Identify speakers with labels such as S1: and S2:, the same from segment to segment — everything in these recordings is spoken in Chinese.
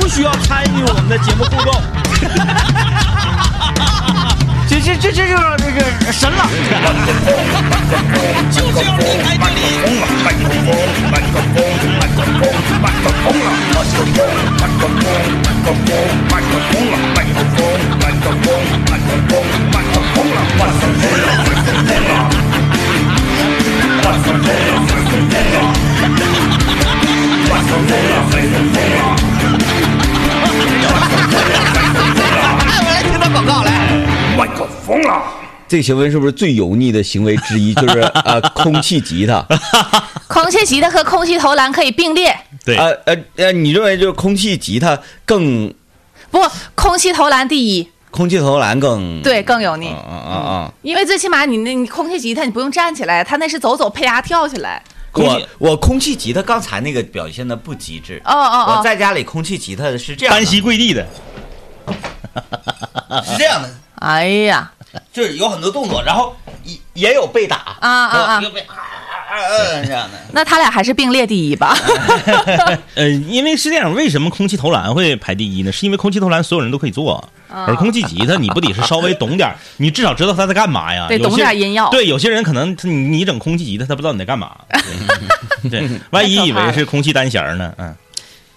S1: 不需要参与我们的节目互动。
S2: 这这这这就是这个神了。
S1: 就是要离开这里。
S2: 哎，我来听段广告来。
S3: 这个行为是不是最油腻的行为之 一？就是啊，空气吉他。
S4: 空气吉他和空气投篮可以并列，
S1: 对
S3: 啊呃呃，你认为就是空气吉他更
S4: 不，空气投篮第一，
S3: 空气投篮
S1: 嗯
S3: 更
S4: 对，更有
S3: 啊
S4: 你，
S3: 啊啊啊！
S4: 因为最起码你那你空气吉他你不用站起来，他那是走走配牙跳起来。
S1: 空气
S3: 我我空气吉他刚才那个表现的不极致。
S4: 哦哦
S3: 我
S4: 哦
S3: 在家里空气吉他是这样的，
S1: 单膝跪地的，
S3: 是这样的，，
S4: 哎呀，
S3: 就是有很多动作，然后也也有被打
S4: 啊啊啊
S3: 有被啊啊啊啊这样的。
S4: 那他俩还是并列第一
S1: 哎
S4: 吧？
S1: 呃，因为是这样，为什么空气投篮会排第一呢？是因为空气投篮所有人都可以做，
S4: 啊
S1: 而空气吉他你不得是稍微懂 点儿，你至少知道他在干嘛呀？
S4: 得
S1: 有些
S4: 懂点音药
S1: 对，有些人可能他你你整空气吉他，他不知道你在干 嘛。对对，万一以为是空气单弦儿呢？嗯，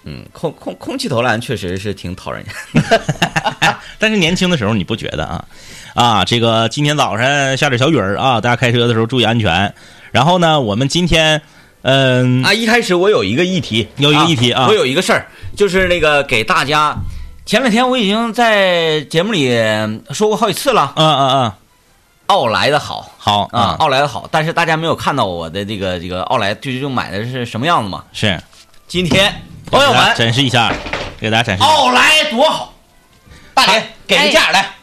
S3: 嗯，空空空气投篮确实是挺讨人厌。
S1: 但是年轻的时候你不觉得啊？啊，这个今天早上下点小雨儿啊，大家开车的时候注意安全。然后呢，我们今天
S4: 哎
S1: 嗯、
S3: 啊，一开始我有一个议题，
S1: 有一个议题啊
S3: 我有一个事儿，就是那个给大家。前两天我已经在节目里说过好几次了，
S1: 啊啊啊，
S3: 奥莱的好
S1: 好
S3: 啊，奥莱的好，但是大家没有看到我的这个这个奥莱最终买的是什么样子嘛？
S1: 是
S3: 今天朋友
S1: 给大家
S3: 们，
S1: 展示一下，给大家展示一下。
S3: 奥莱多好，大
S1: 哎
S3: 连给个价来，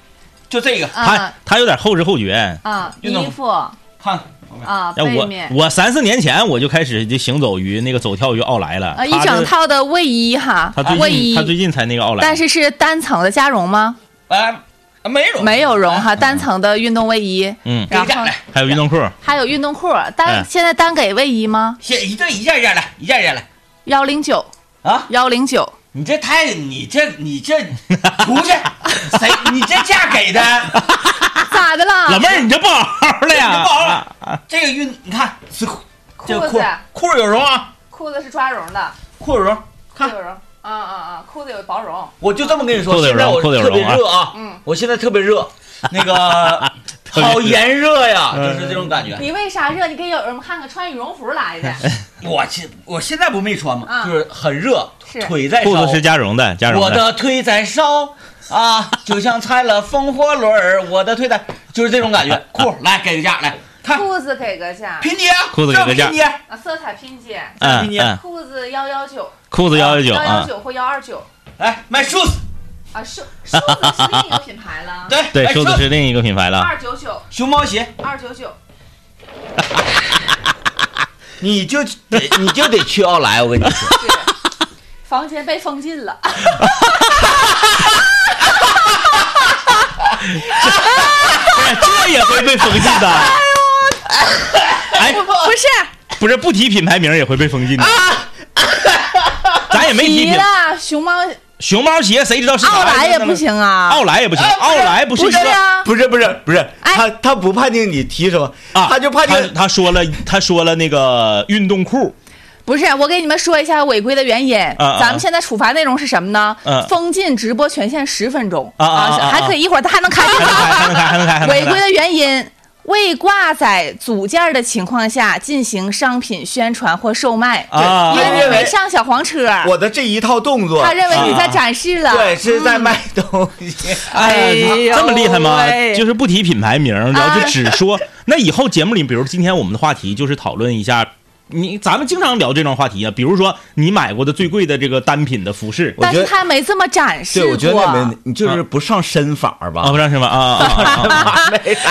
S3: 就这个
S1: 他
S4: 啊
S1: 他有点后知后觉。
S4: 啊，
S3: 运动
S4: 衣服啊，
S3: 看。
S1: 哎，
S4: 背
S1: 我
S4: 面
S1: 我三四年前我就开始就行走于那个走跳于奥莱了。
S4: 啊，一
S1: 他
S4: 整
S1: 这
S4: 套的卫衣哈
S1: 他，最
S4: 卫
S1: 近他最
S4: 衣，
S1: 近才那个奥莱，
S4: 但是是单层的加绒吗？
S3: 啊，没有
S4: 没有绒哈，单层的运动卫衣，
S1: 嗯，
S4: 然
S3: 给你看
S4: 后
S3: 来
S1: 还有运动裤，
S4: 还有运动裤，
S1: 哎
S4: 单现在单给卫衣吗？
S3: 先一对一件一件来，一件一件来
S4: 幺零九
S3: 啊！
S4: 幺零九，
S3: 你这太你这你这出去，谁你这价给的？
S4: 咋的了？
S1: 老妹儿你这不好好的
S3: 这
S1: 呀？ 啊
S3: 不好了，这个运你看是裤， 这个
S4: 裤
S3: 裤
S4: 子
S3: 裤有绒啊，
S4: 裤子是抓绒的，
S3: 裤有绒。
S4: 裤
S3: 看
S4: 子，有绒，啊啊啊，裤子有薄绒，
S3: 我就这么跟你说，
S1: 扣的有
S3: 现在
S1: 绒
S3: 我
S1: 扣的有
S3: 特别
S1: 绒啊
S3: 热啊，
S4: 嗯，
S3: 我现在特别热，那 个
S1: 别热
S3: 好炎热呀，
S1: 嗯
S3: 就是这种感觉。
S4: 你为啥热？你给友人看看，穿羽绒服 来的，
S1: 哎
S2: 嗯
S3: 我现我现在不没穿吗？
S4: 啊
S3: 就是很热，
S4: 是
S3: 腿在烧
S1: 裤，子是加绒
S4: 哎
S1: 的，加绒
S3: 我的腿在烧啊，就像拆了风火轮儿，我的腿在，就是这 种感觉。裤来给个价来看，
S4: 裤子给个价，
S3: 拼接啊，
S1: 裤子给个价
S3: 这拼接，
S4: 啊，色彩拼接，
S1: 嗯
S3: 比你
S1: 嗯，
S4: 裤子幺幺九，
S1: 裤子幺幺九
S4: 幺幺
S1: 啊，
S4: 九或幺二九，
S3: 来买 shoes，，
S4: 啊，袖袖子是另一个品牌了
S3: 对
S1: 对，
S3: 买
S1: 说的
S3: shoes，
S1: 是另一个品牌了。
S4: 哎二九九，
S3: 熊猫鞋，
S4: 二九九，
S3: 你就得你就得去奥莱，我跟你说，
S4: 对， 房间被封禁了，
S1: 哎这也会被封禁的？ 哎，
S4: 不是，
S1: 不是不提品牌名也会被封禁的，咱也没提
S4: 皮
S1: 品。
S4: 啊了，熊猫
S1: 熊猫鞋谁知道是啥
S4: 奥莱
S1: 玩意儿
S4: 也
S1: 呢
S4: 不，行啊，
S1: 奥莱也不行，奥莱不是
S4: 不是
S1: 一个
S4: 啊，
S3: 不是不是不是，
S4: 哎
S3: 他他不判定你提什么，
S1: 啊，
S3: 他就判
S1: 他
S3: 定
S1: 他说了，他说了那个运动裤，
S4: 不是，我给你们说一下违规的原因。
S1: 啊
S4: 咱们现在处罚内容是什么呢？
S1: 嗯
S4: 封禁直播权限十分钟
S1: 啊啊啊啊
S4: 还可以一会儿他还能开。
S1: 还能开，还能开，还能开，还能开。
S4: 违规的原因。未挂载组件的情况下进行商品宣传或售卖，
S1: 啊
S4: 因
S3: 他
S4: 为
S3: 认
S4: 你没
S3: 为
S4: 上小黄车，
S3: 我的这一套动作
S4: 他，认为你
S1: 啊
S4: 在展示了。嗯
S3: 对，是在卖东西。
S4: 哎呦
S1: 这么厉害吗
S4: 喂？
S1: 就是不提品牌名，然后就
S4: 啊
S1: 只说、那以后节目里，比如今天我们的话题就是讨论一下，你咱们经常聊这种话题啊，比如说你买过的最贵的这个单品的服饰
S4: 但
S3: 我
S4: 是
S3: 觉得
S4: 他没这么展示
S3: 对，
S4: 过。
S3: 我觉得那没，你就是不上身法儿吧
S1: 啊，不？让什么啊啊啊啊 啊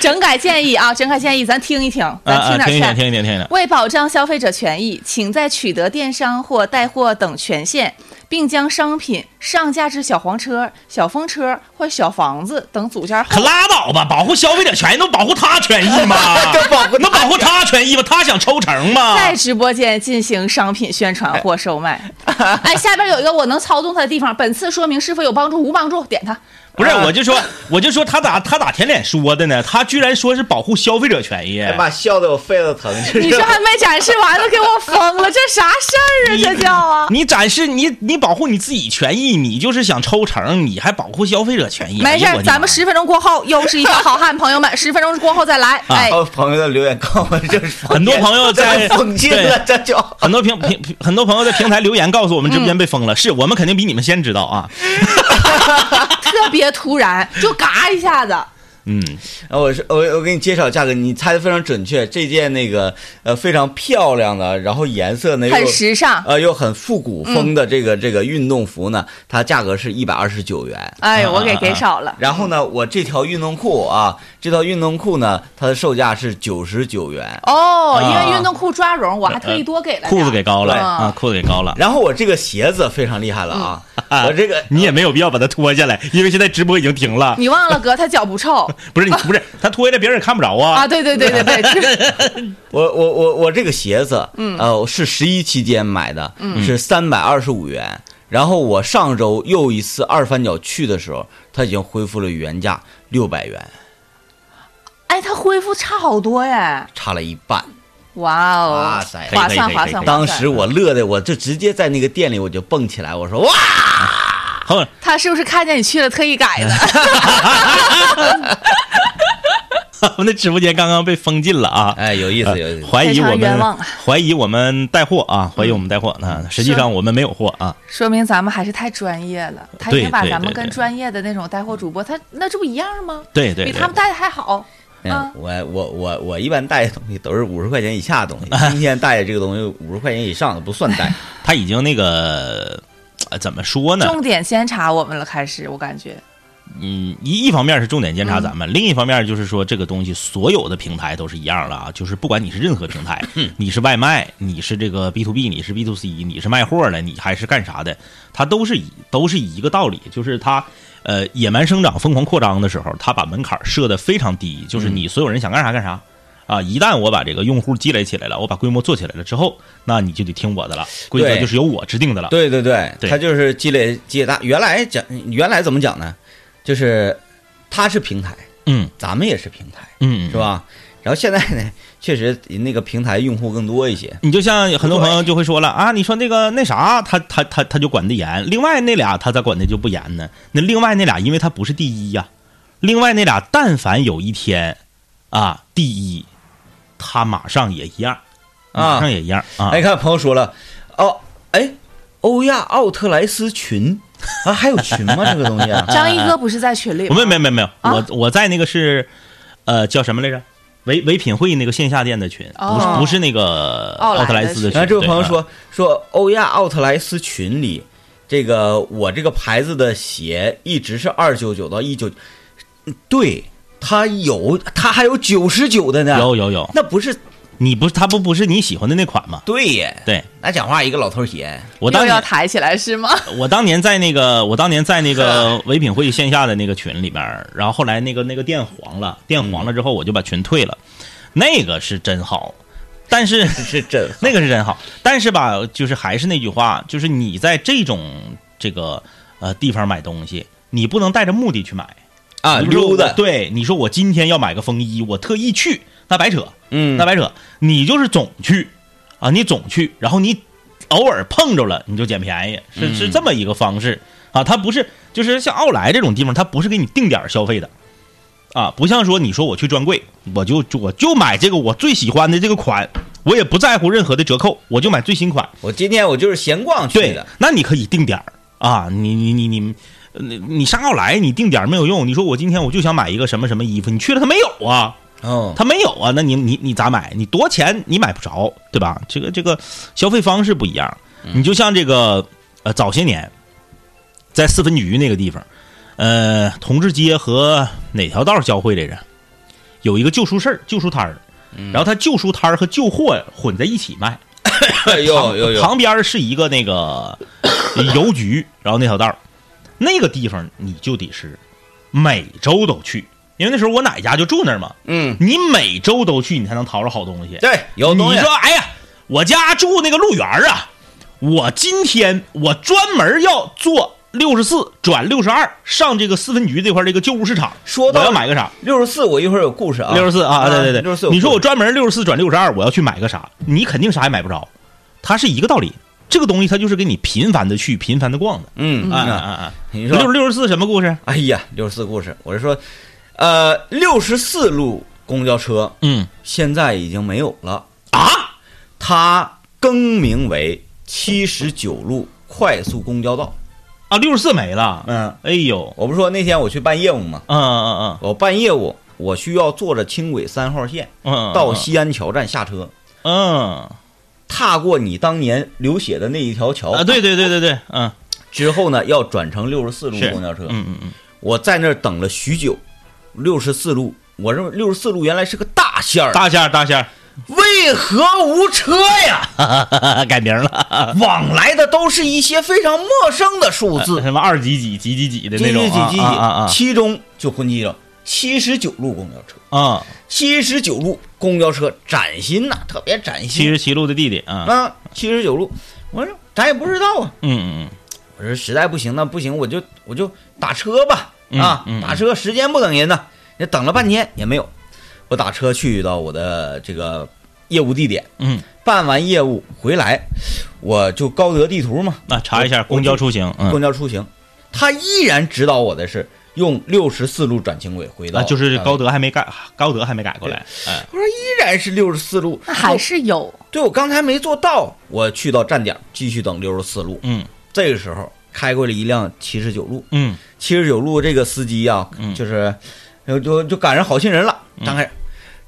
S4: 整改建议啊，整改建议，咱听一听，
S1: 啊
S4: 咱
S1: 啊！
S4: 点
S1: 听一听，。
S4: 劝
S1: 听一听，听一听。
S4: 为保障消费者权益，请在取得电商或带货等权限并将商品上架至小黄车、小风车或小房子等组件
S1: 可啊
S4: 后，
S1: 拉倒吧！保护消费者权益能保护他权益吗？ 能保护他权益吗？他想抽成吗？
S4: 在直播间进行商品宣传或售卖。哎，下边有一个我能操纵它的地方，本次说明是否有帮助无帮助，点它。
S1: 不是，
S5: 啊
S1: 我就说，我就说他咋他咋舔脸说的呢？他居然说是保护消费者权益。
S5: 哎妈，笑得我肺都疼，就
S4: 你
S5: 是
S4: 这还没展示完呢，给我疯了，这啥事儿啊？
S1: 你
S4: 这叫啊！
S1: 你展示你你保护你自己权益，你就是想抽成，你还保护消费者权益？
S4: 没事
S1: 哎呦我
S4: 儿，
S1: 的妈
S4: 咱们十分钟过后又是一条好汉，朋友们，十分钟过后再来。
S1: 啊
S4: 哎，
S5: 哦，朋友的留言告诉我， 这是
S1: 很多朋友在
S5: 这封禁了，这就
S1: 很多平平很多朋友在平台留言告诉我们直播间被封了，是我们肯定比你们先知道啊。
S4: 特别突然，就嘎一下子。
S1: 嗯，
S5: 啊，我是我我给你介绍价格，你猜的非常准确。这件那个呃非常漂亮的，然后颜色呢又
S4: 很时尚
S5: 呃又很复古
S4: 嗯
S5: 风的这个、这个运动服呢，它价格是一百二十九元。
S4: 哎呦，
S1: 啊
S4: 我给
S1: 啊
S4: 给少了。
S5: 然后呢，我这条运动裤啊，这条运动裤呢，它的售价是九十九元。
S4: 哦，因为
S1: 啊
S4: 运动裤抓绒，我还特意多给了点
S1: 裤子给高了
S5: 对
S1: 啊，裤子给高了。
S5: 然后我这个鞋子非常厉害了啊，
S1: 嗯
S5: 我这个
S1: 你也没有必要把它脱下来，因为现在直播已经停了。
S4: 你忘了哥，他脚不臭
S1: 不是你不是他脱下来别人也看不着
S4: 啊？
S1: 啊。
S4: 对对对对对，这
S5: 我我我我这个鞋子，嗯，呃，我是十一期间买的，嗯，是三百二十五元。然后我上周又一次二翻脚去的时候，它已经恢复了原价六百元，
S4: 哎，他恢复差好多耶！
S5: 差了一半。
S4: 哇哦
S5: 哇，塞
S4: 划算
S1: 可以可以
S4: 划
S1: 可以
S4: 算。
S5: 当
S4: 划算
S5: 时我乐的，我就直接在那个店里我就蹦起来，我说哇，
S1: 后
S4: 他是不是看见你去了特意改的？
S1: 我们的直播间刚刚被封禁了啊。
S5: 哎，有意思，有意
S1: 呃
S5: 思。
S1: 怀疑我
S4: 啊非常冤枉
S1: 们怀疑我们带货
S4: 嗯
S1: 啊，怀疑我们带货啊，实际上我们没有货啊。
S4: 说明咱们还是太专业了。他
S1: 对
S4: 应该把
S1: 对
S4: 咱们
S1: 对
S4: 跟
S1: 对
S4: 专业的那种带货主播，他那这不一样吗？
S1: 对对
S4: 比
S1: 对
S4: 他们带的还好。
S5: 嗯
S4: 啊，
S5: 我我我我一般带的东西都是五十块钱以下的东西，今天带的这个东西五十块钱以上的不算带。
S1: 他已经那个呃怎么说呢？
S4: 重点先查我们了，开始我感觉
S1: 嗯，一一方面是重点监
S5: 嗯
S1: 察咱们，另一方面就是说这个东西所有的平台都是一样的啊，就是不管你是任何平台，
S5: 嗯
S1: 你是外卖，你是这个 B to B，你是 B to C，你是卖货的，你还是干啥的，它都是一都是一个道理，就是它呃野蛮生长、疯狂扩张的时候，它把门槛设的非常低，
S5: 嗯
S1: 就是你所有人想干啥干啥。啊！一旦我把这个用户积累起来了，我把规模做起来了之后，那你就得听我的了，规则
S5: 对
S1: 就是由我制定的了。
S5: 对对对，
S1: 对
S5: 他就是积累积累大。原来讲，原来怎么讲呢？就是他是平台，
S1: 嗯
S5: 咱们也是平台，
S1: 嗯，
S5: 是？吧？然后现在呢， 确实那个平台用户更多一些。
S1: 你就像很多朋友就会说了啊，你说那个那啥，他他他他就管得严，另外那俩他咋管的就不严呢？那另外那俩因为他不是第一呀、另外那俩但凡有一天啊第一，他马上也一样，
S5: 啊
S1: 马上也一样啊。
S5: 哎，看朋友说了，哦，哎，欧亚奥特莱斯群啊，还有群吗？ 这个东西啊，
S4: 张一哥不是在群里吗？
S1: 我没没没没有，
S4: 啊
S1: 我我在那个是呃叫什么来着？唯唯品会那个线下店的群，不是
S4: 哦
S1: 不是那个
S4: 奥莱
S1: 奥特莱
S4: 的
S1: 斯的
S4: 群
S1: 群。
S5: 然后
S4: 哎
S5: 这位朋友
S1: 对啊
S5: 说说欧亚奥特莱斯群里，这个我这个牌子的鞋一直是二九九到一九，嗯对，它有它还有九十九的呢，
S1: 有有有，
S5: 那不是
S1: 你不是他不不是你喜欢的那款吗？
S5: 对耶，
S1: 对
S5: 那讲话一个老头鞋，
S1: 我当
S4: 又
S1: 时
S4: 要抬起来 是吗？
S1: 我当年在那个，我当年在那个唯品会线下的那个群里边儿，然后后来那个那个店黄了，店黄了之后我就把群退了，那个是真好，但是
S5: 这是真
S1: 那个是真好，但是吧，就是还是那句话，就是你在这种这个呃地方买东西，你不能带着目的去买
S5: 啊
S1: 你比如说
S5: 溜达
S1: 我，对，你说我今天要买个风衣，我特意去，那白扯，
S5: 嗯
S1: 那白扯，你就是总去啊，你总去，然后你偶尔碰着了，你就捡便宜，是
S5: 嗯
S1: 是这么一个方式啊。它不是就是像奥莱这种地方，它不是给你定点儿消费的啊，不像说你说我去专柜，我就就我就买这个我最喜欢的这个款，我也不在乎任何的折扣，我就买最新款。
S5: 我今天我就是闲逛去
S1: 对
S5: 的，，
S1: 那你可以定点儿啊，你你你你。呃你你上奥莱，你定点儿没有用。你说我今天我就想买一个什么什么衣服，你去了他没有啊？
S5: 哦，
S1: 他没有啊，那你你你咋买？你多钱你买不着，对吧？这个这个消费方式不一样。你就像这个呃，早些年在四分局那个地方，呃，同志街和哪条道交汇来着？有一个旧书市儿、旧书摊儿，然后他旧书摊儿和旧货混在一起卖。
S5: 有有有，
S1: 旁边是一个那 个邮局，然后那条道儿那个地方你就得是每周都去，因为那时候我奶家就住那儿嘛，
S5: 嗯，
S1: 你每周都去，你才能淘着好东西。
S5: 对，有东
S1: 你
S5: 西啊
S1: 说，哎呀，我家住那个路园儿啊，我今天我专门要坐六十四转六十二上这个四分局这块儿这个旧物市场，
S5: 说到
S1: 我要买个啥？
S5: 六十四，我一会儿有故事啊，
S1: 六十四啊，对对对，
S5: 六十四，
S1: 你说我专门六十四转六十二，我要去买个啥？你肯定啥也买不着，它是一个道理。这个东西它就是给你频繁的去、频繁的逛的。
S5: 嗯
S1: 啊啊
S5: 啊，
S1: 啊！
S5: 你说
S1: 六六十四什么故事？
S5: 哎呀，六十四故事，我是说，呃，六十四路公交车
S1: 嗯
S5: 现在已经没有了，
S1: 啊，
S5: 它更名为七十九路快速公交道。
S1: 啊，六十四没了。
S5: 嗯，
S1: 哎呦，
S5: 我不是说那天我去办业务吗？
S1: 嗯嗯嗯
S5: 我办业务，我需要坐着轻轨三号线
S1: 嗯嗯，
S5: 到西安桥站下车，
S1: 嗯
S5: 踏过你当年流血的那一条桥
S1: 啊，对对对对对，嗯
S5: 之后呢，要转乘六十四路
S1: 是
S5: 公交车。
S1: 嗯嗯嗯，
S5: 我在那儿等了许久，六十四路，我认为六十四路原来是个大线儿，
S1: 大仙儿大仙
S5: 为何无车 呀？
S1: 儿改名了，
S5: 往来的都是一些非常陌生的数字，
S1: 什么二几几几几几的
S5: 几
S1: 那
S5: 几
S1: 种
S5: 几
S1: 啊
S5: 几
S1: 啊啊
S5: 几，其中就混迹着七十九路公交车。
S1: 啊啊！
S5: 七十九路公交车崭新呐、特别崭
S1: 七
S5: 新。
S1: 十七路的弟弟啊，
S5: 啊，七十九路，我说咱也不知道啊。
S1: 嗯嗯
S5: 我说实在不行，那不行，我就我就打车吧。啊，
S1: 嗯嗯
S5: 打车时间不等人呐，也等了半天也没有。我打车去到我的这个业务地点，
S1: 嗯，
S5: 办完业务回来，我就高德地图嘛，
S1: 那查一下公交出行，嗯
S5: 公交出行，他依然指导我的是用六十四路转轻轨回到
S1: 啊，
S5: 单位，
S1: 就是高德还没改，高德还没改过来，哎，
S5: 我说依然是六十四路，
S4: 那还是有
S5: 对我刚才没做到，我去到站点继续等六十四路。
S1: 嗯
S5: 这个时候开过来一辆七十九路，
S1: 嗯
S5: 七十九路这个司机啊，
S1: 嗯
S5: 就是就就就赶上好心人了，张开。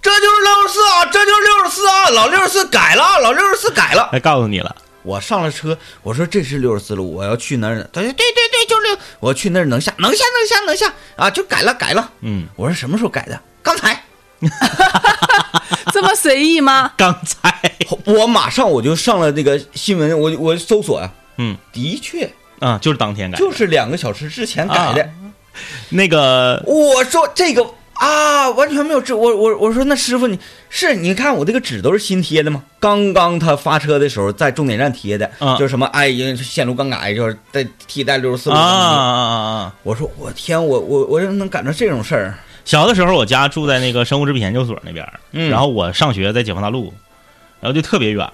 S5: 这就是六十四啊，这就是六十四啊，老六十四改了啊，老六十四改了。
S1: 来哎告诉你了，
S5: 我上了车，我说这是六十四路，我要去那儿。他说对对对，就六，我去那儿能下，能下能下能下啊，就改了改了。
S1: 嗯，
S5: 我说什么时候改的？刚才。
S4: 这么随意吗？
S1: 刚才，
S5: 我马上我就上了这个新闻，我我搜索啊，
S1: 嗯
S5: 的确
S1: 啊，就是当天改，啊
S5: 就是两个小时之前改的。
S1: 那个，
S5: 我说这个啊，完全没有治。我我我说那师傅你是你看我这个纸都是新贴的吗？刚刚他发车的时候在终点站贴的，
S1: 啊
S5: 就是什么哎，因为线路更改，就是在替代六十四
S1: 啊
S5: 路。
S1: 啊啊！
S5: 我说我天，我我我怎么能赶上这种事儿？
S1: 小的时候，我家住在那个生物制品研究所那边儿，
S5: 嗯
S1: 然后我上学在解放大路，然后就特别远，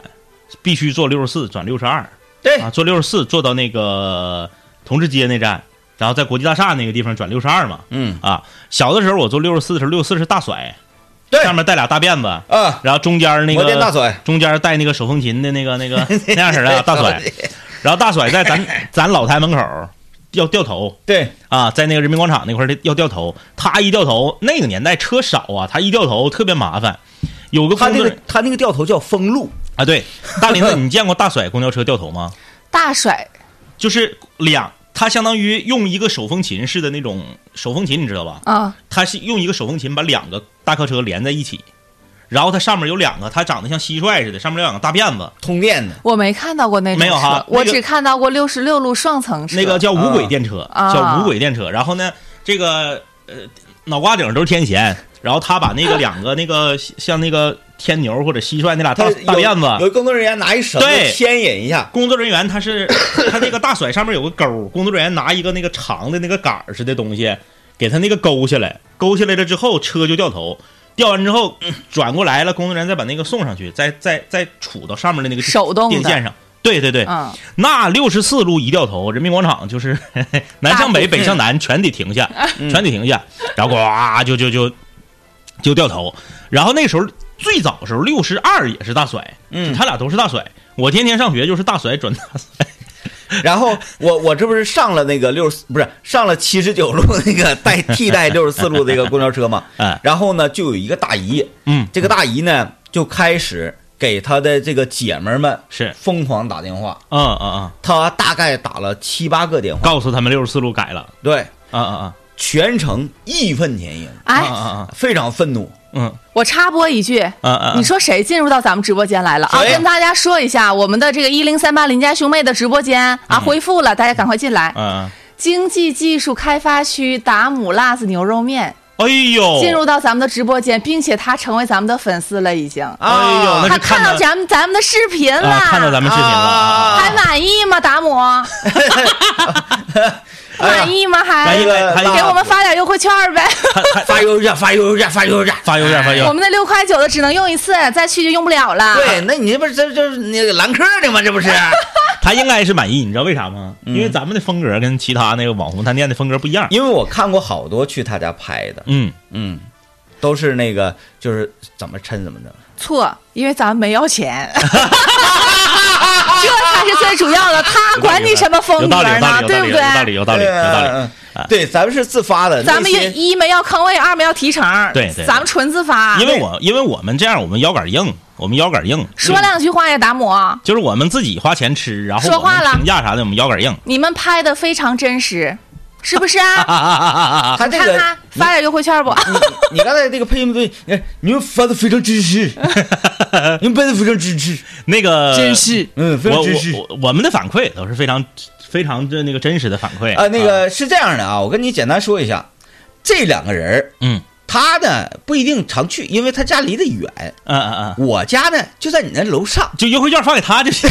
S1: 必须坐六十四转六十二
S5: 对
S1: 啊，坐六十四坐到那个同志街那站，然后在国际大厦那个地方转六十二嘛。
S5: 嗯，
S1: 啊，小的时候我坐六十四的时候，六十四是大甩，
S5: 对
S1: 上面带俩大辫子，
S5: 啊，
S1: 然后中间那
S5: 摩天大哎
S1: 个
S5: 甩，
S1: 中间带那个手风琴的那个那个那样式儿的啊大甩，然后大甩在咱咱老台门口儿要掉头
S5: 对，
S1: 啊，在那个人民广场那块儿的要掉头，他一掉头，那个年代车少啊，他一掉头特别麻烦。有个
S5: 他
S1: 工
S5: 那
S1: 作
S5: 个
S1: 人
S5: 他那个掉头叫封路，
S1: 啊，对，大林子， 你见过大甩公交车掉头吗？
S4: 大甩
S1: 就是两，它相当于用一个手风琴似的那种手风琴，你知道吧？
S4: 啊，
S1: 它是用一个手风琴把两个大客车连在一起，然后它上面有两个，它长得像蟋蟀似的，上面有两个大辫子，
S5: 通电的。
S4: 我没看到过那种
S1: 没有
S4: 车
S1: 哈
S4: 我
S1: 那个
S4: 只看到过六十六路双层车。
S1: 那个叫无轨电车，
S4: 啊
S1: 叫无轨电车。然后呢，这个呃脑瓜顶都是天弦，然后他把那个两个那个像那个天牛或者蟋蟀那俩
S5: 他
S1: 哦大大辫子，
S5: 有工作人员拿一绳子
S1: 对
S5: 牵引一下，
S1: 工作人员他是他那个大甩上面有个钩，工作人员拿一个那个长的那个杆儿似的东西给他那个勾下来，勾下来了之后车就掉头。掉完之后转过来了，工作人员再把那个送上去，再再再杵到上面的那个
S4: 手动的
S1: 电线上。对对对，
S4: 嗯，
S1: 那六十四路一掉头，人民广场就是 南向北、
S4: 大部分嗯
S1: 北向南全得停下，全得停下，然后呱就就就就掉头。然后那时候最早的时候六十二也是大甩，
S5: 嗯
S1: 他俩都是大甩。我天天上学就是大甩转大甩，
S5: 然后我我这不是上了那个六十不是上了七十九路那个代替代六十四路这个公交车 嘛，
S1: 哎
S5: 然后呢就有一个大姨，
S1: 嗯，
S5: 这个大姨呢就开始给她的这个姐们儿们
S1: 是
S5: 疯狂打电话，
S1: 嗯嗯嗯，
S5: 她大概打了七八个电话，
S1: 告诉他们六十四路改了，
S5: 对，
S1: 啊啊
S5: 全程义愤填膺，
S1: 啊
S4: 哎，
S1: 啊啊
S5: 非常愤怒，
S1: 啊，嗯
S4: 我插播一句，
S1: 啊啊，
S4: 你说谁进入到咱们直播间来了啊？
S5: 谁呀
S4: 跟大家说一下，我们的这个一零三八邻家兄妹的直播间
S1: 嗯
S4: 啊恢复了，大家赶快进来。
S1: 啊，
S4: 经济技术开发区达姆辣子牛肉面
S1: 哎呦，
S4: 进入到咱们的直播间，并且他成为咱们的粉丝了，已经。
S5: 啊
S1: 哎呦那
S4: 啊他
S1: 是看
S4: 看
S1: 到
S4: 到咱们咱们的视频了，
S1: 啊，看到咱们视频了啊，
S4: 还满意吗？达 姆，满意吗？
S1: 哎
S4: 还
S1: 满意
S5: 这个
S1: 还有
S5: 辣
S4: 给我们发点优惠券儿呗。
S1: 还还
S5: 发优惠券，发优惠券，发优惠券。
S1: 发邮件发
S4: 我
S1: 邮件，
S4: 们那六块九的只能用一次，再去就用不了了。
S5: 对，那你这不是这这是那个揽客呢吗？这不是？
S1: 他应该是满意，你知道为啥吗？
S5: 嗯
S1: 因为咱们的风格跟其他那个网红探店的风格不一样。
S5: 因为我看过好多去他家拍的，
S1: 嗯，
S5: 嗯，都是那个就是怎么抻怎么的。
S4: 错，因为咱们没要钱， 这才是最主要的。他管你什么
S1: 有
S4: 风格
S1: 道理，有道
S4: 呢
S1: 理，有，
S4: 对
S1: 道理，
S4: 不对
S1: 有？道理，有道理，有道理。
S5: 嗯嗯对，咱们是自发的，
S4: 咱们
S5: 那些
S4: 也一没要坑位，二没要提成，
S1: 对对对
S4: 咱们纯自
S5: 啊
S4: 发。
S1: 因为我嗯因为我们这样，我们腰杆硬，我们腰杆硬。
S4: 说两句话呀，达姆，
S1: 就是我们自己花钱吃，然后
S4: 说
S1: 我们
S4: 话了
S1: 评价啥的，我们腰杆 硬。
S4: 你们拍的非常真实，是不是啊？
S5: 他这
S4: 看
S5: 个
S4: 看发点优惠券不？
S5: 你刚才这个配音不对，你看你们发的非常 真实，你们拍的非常真实，
S1: 那个
S4: 是
S5: 嗯，非
S1: 我
S5: 常真实。
S1: 我我我们的反馈都是非常非常的那个真实的反馈
S5: 啊，那个是这样的啊，我跟你简单说一下，这两个人儿
S1: 嗯
S5: 他呢不一定常去，因为他家离得远，
S1: 嗯嗯嗯，
S5: 我家呢就在你那楼上。
S1: 就优惠券发给他就 行。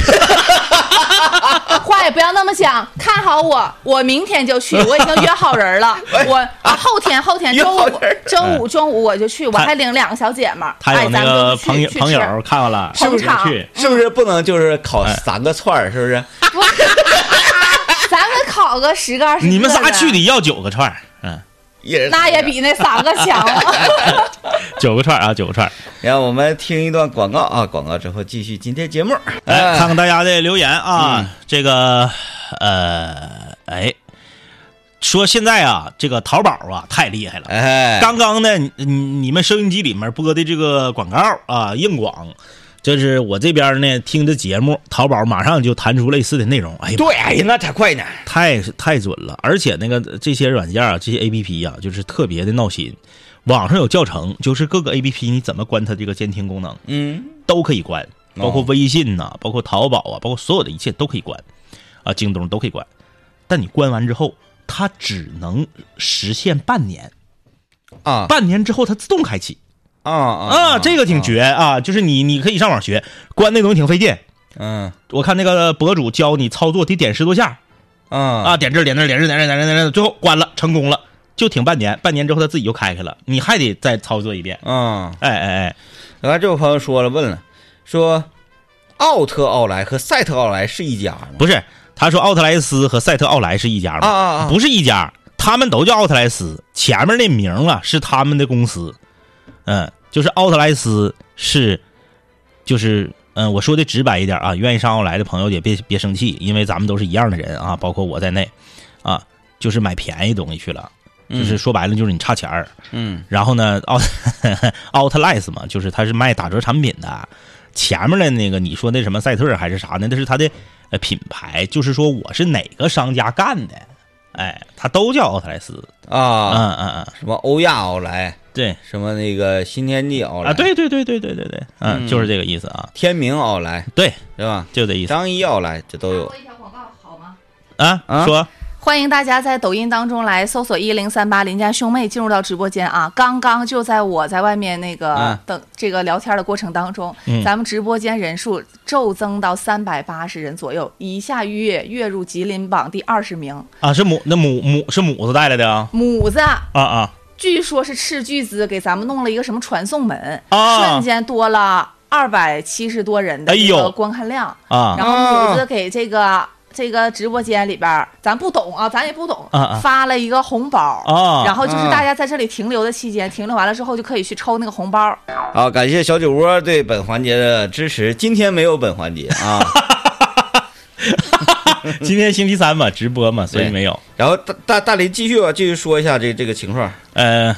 S4: 话也不要那么讲，看好我，我明天就去，我已经约好人了。我啊，后天后天
S5: 哎约
S4: 周
S5: 好
S4: 五
S5: 人
S4: 周五中午我就去，我
S1: 哎他
S4: 还领两个小姐们儿，
S1: 他
S4: 哎，
S1: 有那
S4: 咱
S1: 个
S4: 们就
S1: 朋
S4: 去
S1: 友
S4: 去
S1: 朋友
S4: 吃
S1: 看看了，
S4: 捧
S1: 是不是
S4: 场
S1: 去？
S5: 是
S4: 嗯
S5: 不是不能就是烤
S1: 哎
S5: 三个串儿？是不是？
S4: 咱们烤个十个二十个，
S1: 你们仨去，得要九个串儿，嗯，
S5: 也
S4: 那也。比那三个强
S1: 哎
S4: 了。
S1: 九个串儿啊，九个串儿。
S5: 然后我们听一段广告啊，广告之后继续今天节目。
S1: 来
S5: 哎嗯
S1: 看看大家的留言啊，这个呃，哎，说现在啊，这个淘宝啊太厉害了。
S5: 哎，
S1: 刚刚呢，你你你们收音机里面播的这个广告啊，硬广，就是我这边呢听着节目，淘宝马上就弹出类似的内容。哎呀，
S5: 对，哎呀，那太快呢。
S1: 太太准了，而且那个这些软件啊，这些 A P P 啊，就是特别的闹心。网上有教程，就是各个 A P P 你怎么关它这个监听功能，
S5: 嗯，
S1: 都可以关，
S5: 哦
S1: 包括微信呐、包括淘宝啊，包括所有的一切都可以关，啊，京东都可以关。但你关完之后，它只能实现半年，
S5: 啊
S1: 半年之后它自动开启
S5: 啊啊
S1: 啊，这个挺绝啊，就是你你可以上网学，关那东西挺费劲。
S5: 嗯
S1: 我看那个博主教你操作，得点十多下，
S5: 啊
S1: 啊，点这儿点那儿点这儿点这儿点这儿点这儿，最后关了，成功了，就挺半年，半年之后它自己就开开了，你还得再操作一遍。
S5: 啊！
S1: 哎哎哎，
S5: 然后这位朋友说了，问了，说奥特奥莱和赛特奥莱是一家吗？
S1: 不是，他说奥特莱斯和赛特奥莱是一家
S5: 啊
S1: 吗？
S5: 啊啊！
S1: 不是一家，他们都叫奥特莱斯，前面那名儿啊是他们的公司，嗯，就是奥特莱斯是，就是。嗯，我说的直白一点啊，愿意上奥莱的朋友也别别生气，因为咱们都是一样的人啊，包括我在内，啊，就是买便宜东西去了，就是说白了就是你差钱儿，
S5: 嗯
S1: 然后呢，奥 奥特莱斯嘛，就是它是卖打折产品的。前面的那个你说那什么赛特尔还是啥呢？那是它的呃品牌，就是说我是哪个商家干的，哎，它都叫奥特莱斯。嗯
S5: 啊，
S1: 嗯嗯，
S5: 什么欧亚奥莱，
S1: 对
S5: 什么那个新天地奥莱
S1: 啊，对对对对对对对，嗯，
S5: 嗯
S1: 就是这个意思啊，
S5: 天明奥莱
S1: 对，
S5: 对吧？
S1: 就这意思
S5: 张一奥莱这都有。
S4: 一条广告好吗？
S1: 啊。
S5: 啊
S1: 说
S4: 欢迎大家在抖音当中来搜索一零三八邻家兄妹进入到直播间啊！刚刚就在我在外面那个
S5: 嗯
S4: 等这个聊天的过程当中，
S1: 嗯
S4: 咱们直播间人数骤增到三百八十人左右，一下跃跃入吉林榜第二十名。
S1: 啊，是母那母母是母子带来的啊
S4: 母子
S1: 啊啊
S4: 据说是斥巨资给咱们弄了一个什么传送门，
S1: 啊
S4: 瞬间多了二百七十多人的
S1: 哎
S4: 一
S1: 呦
S4: 个观看量。
S1: 啊！
S4: 然后母子给这个这个直播间里边儿，咱不懂啊，咱也不懂，
S1: 啊啊
S4: 发了一个红包
S1: 啊
S4: 然后就是
S5: 啊
S4: 大家在这里停留的期间，停留完了之后就可以去抽那个红包。
S5: 好，感谢小酒窝对本环节的支持。今天没有本环节啊，
S1: 今天星期三嘛，直播嘛，所以
S5: 对
S1: 没有。
S5: 啊然后大大大林继续吧，继续说一下这这个情况。
S1: 呃，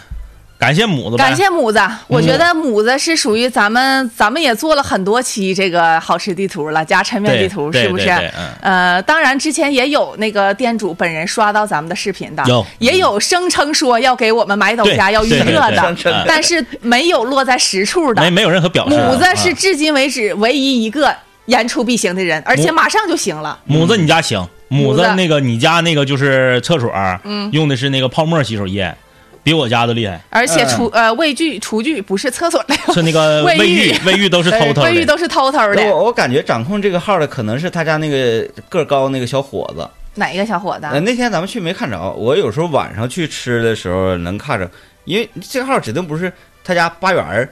S1: 感谢母子呗，
S4: 感谢母子，我觉
S1: 嗯
S4: 得母子是属于咱们，咱们也做了很多期这个好吃地图了，加抻面地图，
S1: 对
S4: 是不是
S1: 对对对嗯？
S4: 呃，当然之前也有那个店主本人刷到咱们的视频的
S1: 有，
S4: 也有声称说要给我们买斗
S1: 对
S4: 家，要预
S1: 对对
S4: 热
S1: 对
S4: 的，
S1: 嗯
S4: 但是没有落在实处的
S1: 没。没有任何表示啊。
S4: 母子是
S1: 啊
S4: 至今为止唯一一个言出必行的人，而且马上就行了。
S1: 母子，你家行？母
S4: 母
S1: 子
S4: 子
S1: 那个你家那个就是厕所，嗯，用的是那个泡沫洗手液，比我家都厉害。
S4: 而且厨呃卫具厨具不是厕所的，
S1: 是那个
S4: 卫
S1: 卫
S4: 浴哎
S1: 浴，卫浴都是偷偷
S4: 卫浴
S1: 的。
S4: 都是偷偷的。
S5: 我我感觉掌控这个号的可能是他家那个个儿高那个小伙子。
S4: 哪一个小伙子？
S5: 呃，那天咱们去没看着，我有时候晚上去吃的时候能看着，因为这个号指定不是他家八元儿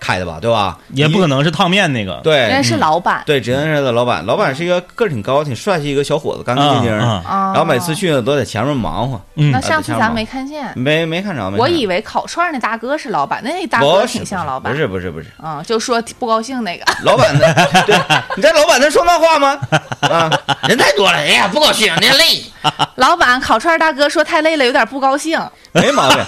S5: 开的吧，对吧？
S1: 也不可
S5: 能。
S1: 能是烫面那个，
S5: 对，
S4: 人家是老板。
S5: 对，指定是老板。老
S4: 嗯
S5: 板是一个个儿挺高、挺帅气一个小伙子，干干净净儿。
S1: 啊，
S4: 啊
S5: 然后每次去呢都在前面忙活，
S1: 嗯
S4: 那
S1: 嗯，
S4: 上次咱没看见，
S5: 没没看着。没看着
S4: 啊我以为烤串儿那大哥是老板，那那大
S5: 不
S4: 哥
S5: 是
S4: 挺像老板
S5: 不。是不是不是，
S4: 嗯，就说不高兴那个，
S5: 老板的， 对，你在老板那说那话 吗？啊，人太多了，哎呀，
S3: 不高兴，那累。
S4: 老板烤串儿大哥说太累了，有点不高兴。
S5: 没毛病。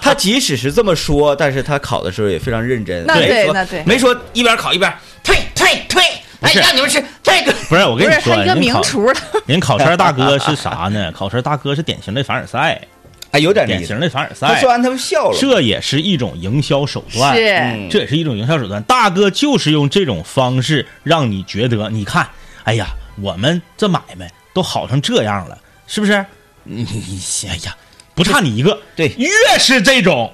S5: 他即使是这么说，但是他考的时候也非常认真。
S4: 那
S5: 没
S4: 对
S5: 说
S4: 那对
S5: 没说一边考一边
S3: 退退退！哎，
S1: 是
S3: 让你们吃退退。
S1: 不是我
S4: 不
S1: 跟你
S4: 是
S1: 说，
S4: 他一个
S1: 人
S4: 名
S1: 烤
S4: 厨了，
S1: 人烤串大哥是啥呢？ 烤串大哥是典型的凡尔赛，
S5: 哎，有点
S1: 典
S5: 意
S1: 型
S5: 思。
S1: 的凡尔
S5: 他
S1: 赛
S5: 说，完他们笑了。
S1: 这也是一种营销手段。
S4: 是
S5: 嗯
S1: 这也是一种营销手段。大哥就是用这种方式让你觉得，你看，哎呀，我们这买卖都好成这样了，是不是？你你哎呀，不差你一个。
S5: 对
S1: 越是这种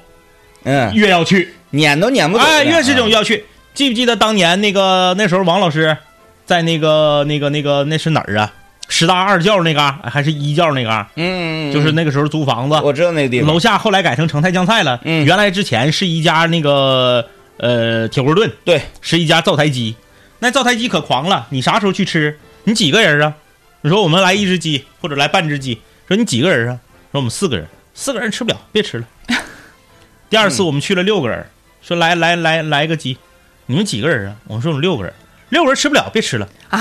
S5: 嗯，
S1: 越要去，
S5: 撵都撵不走。
S1: 哎，越是这种越要去。记不记得当年那个那时候王老师在那个那个那个那是哪儿啊？师大二教那嘎、还是一教那嘎、
S5: 嗯，嗯，嗯
S1: 就是那个时候租房子，
S5: 我知道那个地方。
S1: 楼下后来改成成泰酱菜了。
S5: 嗯
S1: 原来之前是一家那个呃铁锅炖，
S5: 对，
S1: 是一家灶台鸡。那灶台鸡可狂了，你啥时候去吃？你几个人啊？你说我们来一只鸡，或者来半只鸡。说你几个人啊？说我们四个人，四个人吃不了，别 吃了。第二次我们去了六个人，说来来来来个鸡，你们几个人啊？我们说我们六个人，六个人吃不了，别吃了
S4: 啊！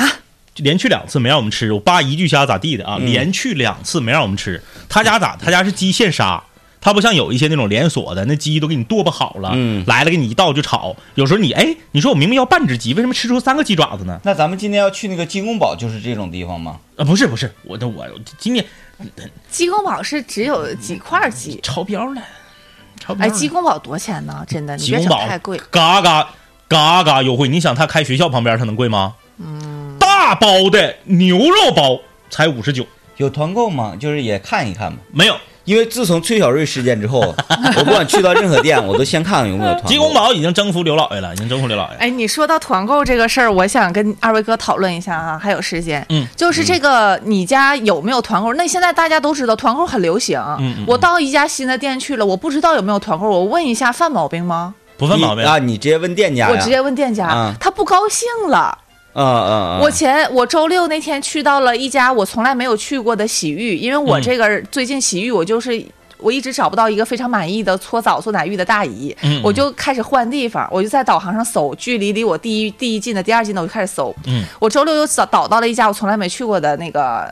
S1: 就连去两次没让我们吃，我爸一句瞎咋地的啊，
S5: 嗯
S1: 连去两次没让我们吃。他家咋？他家是鸡现杀，他不像有一些那种连锁的，那鸡都给你剁不好了，
S5: 嗯
S1: 来了给你一倒就炒。有时候你哎，你说我明明要半只鸡，为什么吃出三个鸡爪子呢？
S5: 那咱们今天要去那个金公堡，就是这种地方吗？
S1: 啊，不是不是，我的我今年
S4: 鸡公堡是只有几块鸡，
S1: 超标了，超标
S4: 哎，
S1: 了。
S4: 鸡公堡多少钱呢？真的，你
S1: 鸡
S4: 别
S1: 公
S4: 整
S1: 堡
S4: 太贵。
S1: 嘎嘎嘎嘎优惠。你想他开学校旁边，他能贵吗？嗯，大包的牛肉包才五十九，
S5: 有团购吗？就是也看一看吧。
S1: 没有
S5: 因为自从崔小瑞事件 之后，我不管去到任何店，我都先看看有没有团购。
S1: 鸡公堡已经征服刘老爷了，已经征服刘老爷。
S4: 哎，你说到团购这个事儿，我想跟二位哥讨论一下啊，还有时间。
S1: 嗯，
S4: 就是这个你家有没有团购？那现在大家都知道团购很流行。
S1: 嗯嗯
S4: 我到一家新的店去了，我不知道有没有团购，我问一下犯毛病吗？
S1: 不犯毛病
S5: 你啊！你直接问店家呀。
S4: 我直接问店家，
S5: 啊
S4: 他不高兴了。
S5: 啊啊啊！
S4: 我前我周六那天去到了一家我从来没有去过的洗浴，因为我
S1: 嗯
S4: 这个人最近洗浴我就是。我一直找不到一个非常满意的搓澡搓奶浴的大姨，
S1: 嗯嗯
S4: 我就开始换地方，我就在导航上搜，距离离我第一第一近的、第二近的，我就开始搜。
S1: 嗯，
S4: 我周六又找导到了一家我从来没去过的那个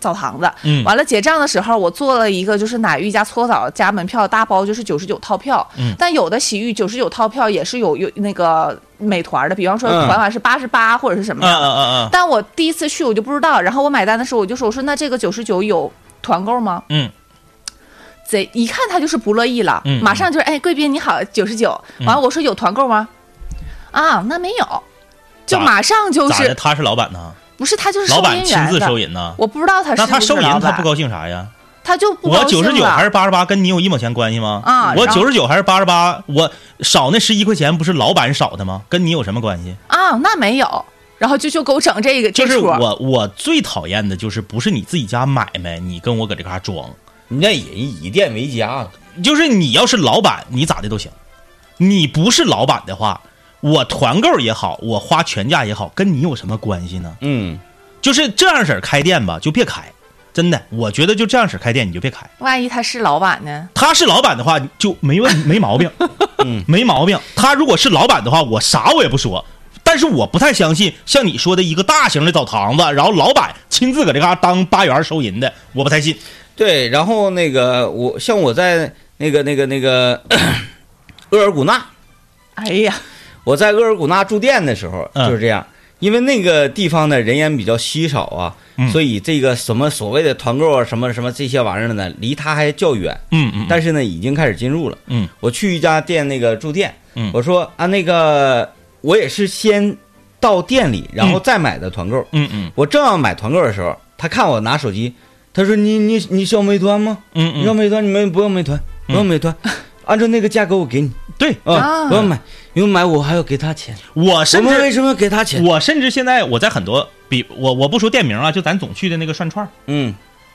S4: 澡堂子。
S1: 嗯
S4: 完了结账的时候，我做了一个就是奶浴加搓澡加门票大包，就是九十九套票。
S1: 嗯
S4: 但有的洗浴九十九套票也是有有那个美团的，比方说
S5: 嗯
S4: 团完是八十八或者是什
S1: 嗯
S4: 么样的。
S1: 嗯嗯
S4: 但我第一次去我就不知道，然后我买单的时候我就说，我说那这个九十九有团购吗？
S1: 嗯，
S4: 贼一看他就是不乐意了，
S1: 嗯
S4: 马上就是哎贵宾你好九十九，完了我说有团购吗？啊，那没有，就
S1: 咋
S4: 马上就
S1: 嗯，咋的？
S4: 是
S1: 他是老板呢？
S4: 不是他就是收
S1: 老板
S4: 银
S1: 亲
S4: 员
S1: 自
S4: 的
S1: 收，银呢？
S4: 我不知道他是
S1: 那他
S4: 不是
S1: 收银
S4: 老
S1: 他
S4: 板
S1: 不高兴啥呀？
S4: 他就不
S1: 我
S4: 高兴
S1: 九
S4: 了
S1: 十九还是八十八，跟你有一毛钱关系吗？
S4: 啊
S1: 我
S4: 然后
S1: 九十九还是八十八，我少那十一块钱不是老板少的吗？跟你有什么关系？
S4: 啊，那没有，然后就就给我整这个
S1: 就
S4: 这
S1: 是
S4: 出儿，
S1: 我我最讨厌的就是不是你自己家买卖，你跟我搁这嘎装，
S5: 你那也以店为家了。
S1: 就是你要是老板，你咋的都行；你不是老板的话，我团购也好，我花全价也好，跟你有什么关系呢？
S5: 嗯，
S1: 就是这样式儿开店吧，就别开。真的，我觉得就这样式儿开店你就别开。
S4: 万一他是老板呢？
S1: 他是老板的话就没问没毛病，没毛病。他如果是老板的话，我啥我也不说。但是我不太相信像你说的一个大型的澡堂子，然后老板亲自搁这嘎当八元收银的，我不太信。
S5: 对。然后那个我像我在那那个那个那个 额尔古纳，
S4: 哎呀，
S5: 我在额尔古纳住店的时候
S1: 嗯
S5: 就是这样，因为那个地方呢人烟比较稀少啊，
S1: 嗯
S5: 所以这个什么所谓的团购啊，什么什么这些玩意儿呢，离它还较远。
S1: 嗯嗯，
S5: 但是呢，已经开始进入了。
S1: 嗯，
S5: 我去一家店那个住店，
S1: 嗯
S5: 我说啊，那个我也是先到店里，然后再买的团购。
S1: 嗯嗯
S5: 我正要买团购的时候，他看我拿手机，他说你你你需要美团吗？
S1: 嗯
S5: 你要
S1: 嗯，
S5: 美团，你们不用美团，不用美 团，按照那个价格我给你。
S1: 对
S5: 啊，
S4: 啊
S5: 不要买，因为买我还要给他钱。
S1: 我
S5: 我
S1: 甚
S5: 们
S1: 至
S5: 为什么要给他钱？
S1: 我甚至现在我在很多比我我不说店名啊，就咱总去的那个涮串儿，
S5: 嗯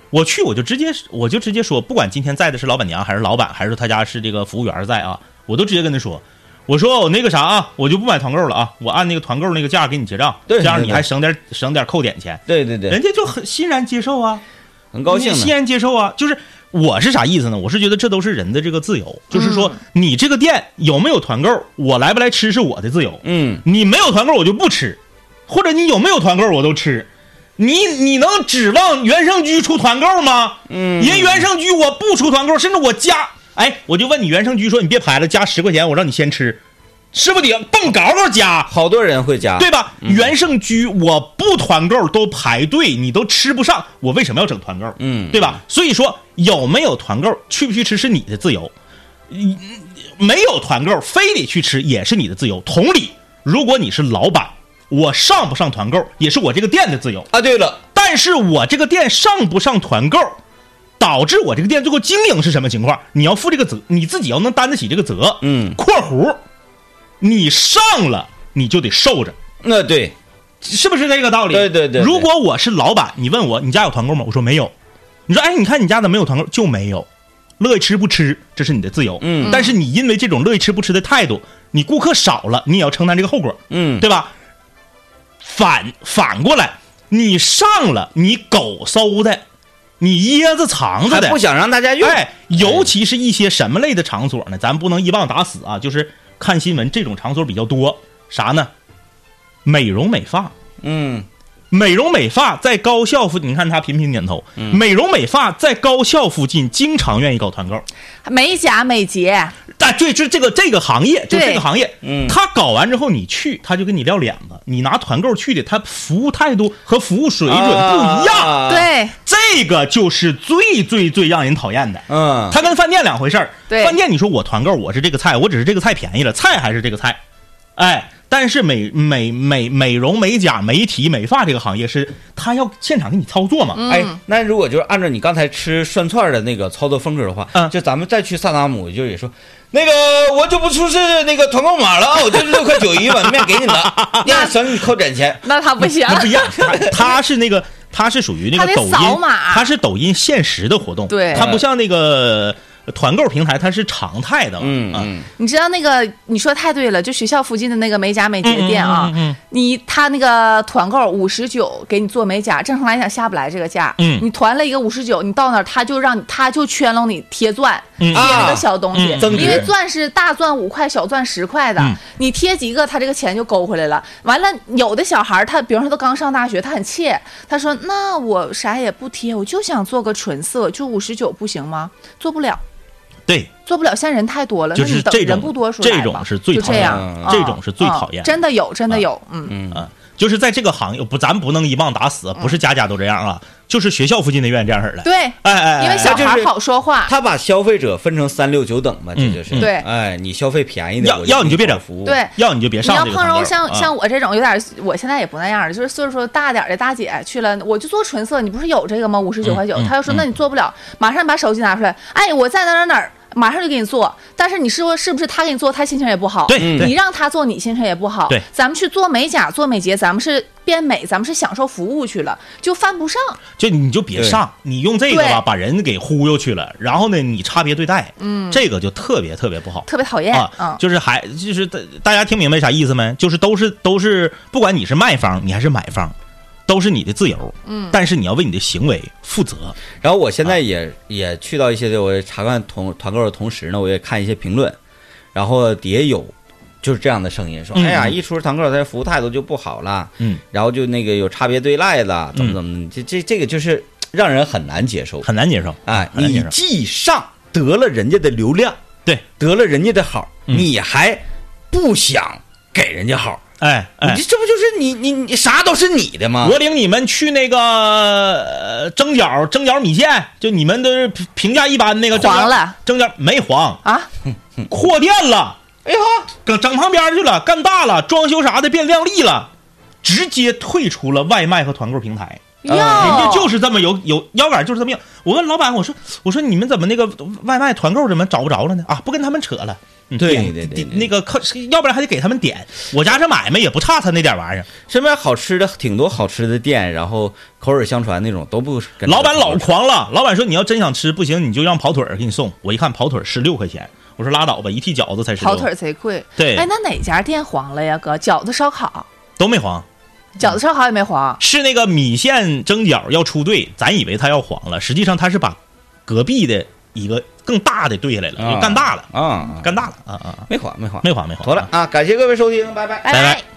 S1: 我去我就直接我就直接说，不管今天在的是老板娘还是老板，还是他家是这个服务员在啊，我都直接跟他说。我说我那个啥啊，我就不买团购了啊，我按那个团购那个价给你结账，
S5: 对
S1: 这样
S5: 对
S1: 你
S5: 对
S1: 还省点省点扣点钱，
S5: 对对对，
S1: 人家就很欣然接受啊。
S5: 很高兴
S1: 哎你欣
S5: 的。
S1: 然接受啊。就是我是啥意思呢？我是觉得这都是人的这个自
S5: 嗯
S1: 由，就是说你这个店有没有团购，我来不来吃是我的自由。
S5: 嗯，
S1: 你没有团购我就不吃，或者你有没有团购我都吃。你你能指望原生居出团购吗？嗯，人原生居我不出团购，甚至我加，哎，我就问你原生居说你别排了，加十块钱我让你先吃，是不是得蹦高高加？
S5: 好多人会加。
S1: 对吧？原盛居我不团购都排队，你都吃不上，我为什么要整团购？
S5: 嗯
S1: 对吧？所以说有没有团购，去不去吃是你的自由，嗯没有团购非得去吃也是你的自由。同理，如果你是老板，我上不上团购也是我这个店的自由，
S5: 啊，对了，
S1: 但是我这个店上不上团购。导致我这个店最后经营是什么情况？你要负这个责，你自己要能担得起这个责。
S5: 嗯
S1: （括弧）你上了你就得受着，
S5: 那对，
S1: 是不是这个道理？
S5: 对对对对
S1: 如果我是老板，你问我你家有团购吗？我说没有。你说哎，你看你家怎么没有团购？就没有，乐意吃不吃，这是你的自由。
S5: 嗯，
S1: 但是你因为这种乐意吃不吃的态度，你顾客少了，你也要承担这个后果，
S5: 嗯，
S1: 对吧？反反过来，你上了，你狗搜的，你椰子藏着
S5: 还
S1: 的
S5: 不，想让大家用。
S1: 哎，尤其是一些什么类的场所呢？咱不能一棒打死啊，就是看新闻这种场所比较多，啥呢？美容美发，
S5: 嗯，
S1: 美容美发在高校附近，你看他频频点头。美容美发在高校附近经常愿意搞团购，
S4: 美甲美睫，
S1: 但对，就这个这个行业，就
S4: 对
S1: 这个行业，
S5: 嗯
S1: 他搞完之后你去，他就跟你撂脸子。你拿团购去的，他服务态度和服务水准不一样，
S5: 啊，
S4: 对，
S1: 这个就是最最最让人讨厌的。
S5: 嗯，
S1: 它跟饭店两回事儿。
S4: 对
S1: 啊饭店你说我团购，我是这个菜，我只是这个菜便宜了，菜还是这个菜，哎，但是美美美美容美甲美体美发这个行业是他要现场给你操作嘛，
S5: 哎，那如果就是按照你刚才吃涮串的那个操作风格的话，
S1: 嗯
S5: 就咱们再去萨达姆，就也说，那个我就不出示那个团购码了啊，我这六块九一 碗面给你了，那省你扣点钱。
S4: 那他不行，
S1: 那不一样，他他是那个。他是属于那
S4: 它
S1: 个
S4: 得
S1: 抖音，
S4: 扫码
S1: 他是抖音限时的活动，
S4: 对
S1: 它不像那个团购平台，它是常态的嘛，
S5: 嗯
S1: 啊
S5: 嗯，
S4: 你知道那个？你说太对了，就学校附近的那个美甲美睫店
S1: 嗯
S4: 啊，你他那个团购五十九给你做美甲，正常来讲下不来这个价。
S1: 嗯
S4: 你团了一个五十九，你到那儿他就让你他就圈拢你贴钻，贴那个小东西，
S1: 啊嗯
S5: 增值
S4: 因为钻是大钻五块，小钻十块的，
S1: 嗯
S4: 你贴几个他这个钱就勾回来了。完了，有的小孩儿他，比方说他刚上大学，他很怯，他说那我啥也不贴，我就想做个纯色，就五十九不行吗？做不了。
S1: 对，
S4: 做不了，现在人太多了，
S1: 就
S4: 那你
S1: 是
S4: 等
S1: 这种
S4: 人不多说
S1: 这种是最
S4: 就
S1: 讨
S4: 这
S1: 厌
S4: 样
S1: 的，
S4: 啊
S1: 这种是最讨厌的
S4: 啊真的有，真的有，嗯，
S1: 啊，就是在这个行业，不，咱不能一棒打死，不是家家都这样啊，就是学校附近的医院这样式儿的，
S4: 对，
S1: 哎，哎哎，
S4: 因为
S1: 哎
S4: 小
S5: 就是
S4: 孩儿好说话，
S5: 他把消费者分成三六九等嘛，这
S1: 嗯
S5: 就是、
S1: 嗯
S4: 对
S5: 哎，你消费便宜的，
S1: 要
S5: 我
S1: 要你就别
S5: 给
S1: 整
S5: 服务，
S4: 对，
S1: 要你就别
S4: 你要
S1: 上这个
S4: 碰
S1: 团购
S4: 着
S1: 了。
S4: 像
S1: 啊
S4: 像我这种有点，我现在也不那样了，就是岁数大点儿的大姐去了，我就做纯色，你不是有这个吗？五十九块九
S1: 嗯，
S4: 她就说那你做不了，马上把手机拿出来，哎，我在哪儿哪儿哪儿，马上就给你做。但是你是说是不是他给你做，他心情也不好，
S1: 对对
S4: 你让他做，你心情也不好。
S1: 对
S4: 咱们去做美甲、做美睫，咱们是变美，咱们是享受服务去了，就犯不上。
S1: 就你就别
S5: 对
S1: 上，你用这个吧，
S4: 对
S1: 把人给忽悠去了。然后呢，你差别对待，嗯，这个就特别特别不好。
S4: 特别讨厌，嗯
S1: 啊，就是还就是大大家听明白啥意思没？就是都是都是，不管你是卖方你还是买方，都是你的自由，嗯，但是你要为你的行为负责，
S5: 然后我现在也、也去到一些，我也查看团团购的同时呢，我也看一些评论，然后底下有就是这样的声音说：“
S1: 嗯
S5: 哎呀，一出团购，他服务态度就不好了，
S1: 嗯，
S5: 然后就那个有差别对待了，怎么
S1: 嗯
S5: 怎么，这这这个就是让人很难接受。
S1: 很难接受
S5: 哎，
S1: 很难接
S5: 你
S1: 受。
S5: 既上得了人家的流量，
S1: 对，
S5: 得了人家的好，
S1: 嗯
S5: 你还不想给人家好，
S1: 哎哎
S5: 你，这这不就是你你你啥都是你的吗？
S1: 我领你们去那个呃蒸饺蒸饺米线，就你们都是评评价一般那个蒸饺
S4: 黄了
S1: 蒸饺没黄，
S4: 啊，
S1: 扩店了，
S5: 嗯哎呀，
S1: 整整旁边去了，干大了，装修啥的变靓丽了，直接退出了外卖和团购平台。
S5: 哦
S4: 哟，
S1: 人家就是这么有有腰杆，就是这么硬。我问老板，我说我说你们怎么那个外卖团购怎么找不着了呢？啊，不跟他们扯了。嗯
S5: 对
S1: 点
S5: 对对
S1: 点
S5: 对
S1: 那个靠，要不然还得给他们点。我家这买卖也不差他那点玩意儿。
S5: 身边好吃的挺多好吃的店，然后口耳相传那种都不跟
S1: 老板老狂了，老板说你要真想吃不行，你就让跑腿儿给你送。我一看跑腿儿十六块钱，我说拉倒吧，一屉饺子才十六，
S4: 跑腿儿贼贵。
S1: 对
S4: 哎，那哪家店黄了呀，哥？饺子烧烤，
S1: 都没黄。嗯
S4: 饺子烧烤也没黄。
S1: 是那个米线蒸饺要出队，咱以为他要黄了，实际上他是把隔壁的一个更大的队下来了，
S5: 啊
S1: 就干大了，
S5: 啊，
S1: 干大了啊啊啊！
S5: 没还没还
S1: 没黄没黄，
S5: 啊妥了啊！感谢各位收听，拜拜。
S1: 拜拜
S4: 拜